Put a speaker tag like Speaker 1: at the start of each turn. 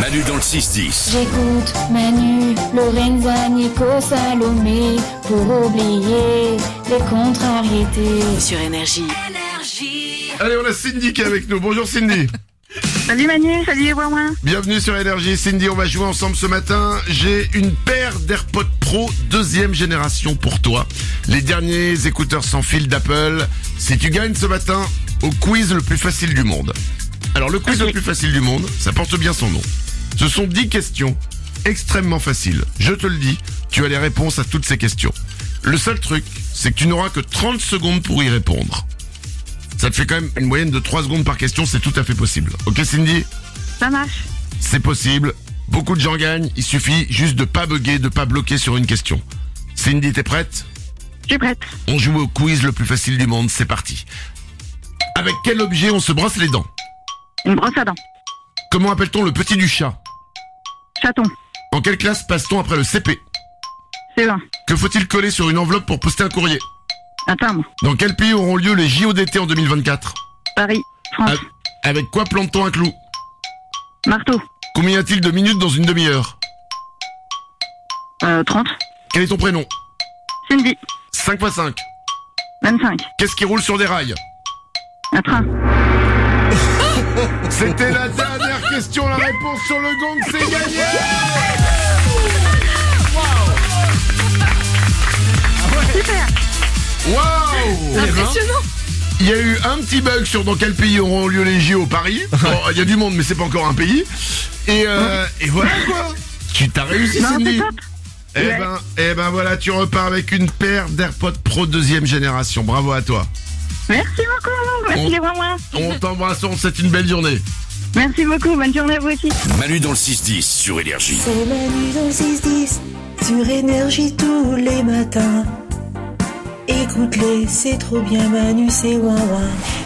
Speaker 1: Manu dans le 6-10.
Speaker 2: J'écoute Manu, Lorenza, Nico, Salomé pour oublier les contrariétés.
Speaker 3: sur énergie.
Speaker 4: Allez, on a Cindy qui est avec nous. Bonjour Cindy.
Speaker 5: Salut Manu, salut les Wouin.
Speaker 4: Bienvenue sur Énergie. Cindy, on va jouer ensemble ce matin. J'ai une paire d'AirPods Pro deuxième génération pour toi. Les derniers écouteurs sans fil d'Apple. Si tu gagnes ce matin au quiz le plus facile du monde. Alors le quiz le plus facile du monde, ça porte bien son nom. Ce sont 10 questions extrêmement faciles. Je te le dis, tu as les réponses à toutes ces questions. Le seul truc, c'est que tu n'auras que 30 secondes pour y répondre. Ça te fait quand même une moyenne de 3 secondes par question, c'est tout à fait possible. Ok Cindy
Speaker 5: Ça marche.
Speaker 4: c'est possible. Beaucoup de gens gagnent. Il suffit juste de pas bugger, de pas bloquer sur une question. Cindy, t'es prête
Speaker 5: Je suis prête.
Speaker 4: On joue au quiz le plus facile du monde. C'est parti. Avec quel objet on se brosse les dents
Speaker 5: Une brosse à dents.
Speaker 4: Comment appelle-t-on le petit du chat
Speaker 5: Chaton.
Speaker 4: En quelle classe passe-t-on après le CP
Speaker 5: C'est 20.
Speaker 4: Que faut-il coller sur une enveloppe pour poster un courrier
Speaker 5: Un timbre.
Speaker 4: Dans quel pays auront lieu les JO d'été en 2024
Speaker 5: Paris. France.
Speaker 4: Ah. Avec quoi plante-t-on un clou
Speaker 5: Marteau.
Speaker 4: Combien y a-t-il de minutes dans une demi-heure
Speaker 5: Euh, 30.
Speaker 4: Quel est ton prénom
Speaker 5: Cindy.
Speaker 4: 5 x 5.
Speaker 5: 25.
Speaker 4: Qu'est-ce qui roule sur des rails
Speaker 5: Un train.
Speaker 4: C'était la dernière question, la réponse sur le gong, c'est gagné
Speaker 5: Super.
Speaker 4: Waouh
Speaker 3: Impressionnant.
Speaker 4: Eh ben, Il y a eu un petit bug sur dans quel pays auront lieu les JO Paris. Bon, il y a du monde, mais c'est pas encore un pays. Et, euh, et voilà quoi Tu t'as réussi,
Speaker 5: Non, c'est
Speaker 4: Cindy
Speaker 5: top.
Speaker 4: Eh
Speaker 5: Ouais.
Speaker 4: ben, eh ben voilà, tu repars avec une paire d'AirPods Pro deuxième génération. Bravo à toi.
Speaker 5: Merci beaucoup. Merci
Speaker 4: On-
Speaker 5: les Wouin.
Speaker 4: On t'embrasse, on te souhaite une belle journée.
Speaker 5: Merci beaucoup. Bonne journée à vous aussi.
Speaker 1: Manu dans le 6-10 sur Énergie.
Speaker 6: C'est Manu dans le 6-10 sur énergie tous les matins. Écoute-les, c'est trop bien Manu, c'est ouin ouin.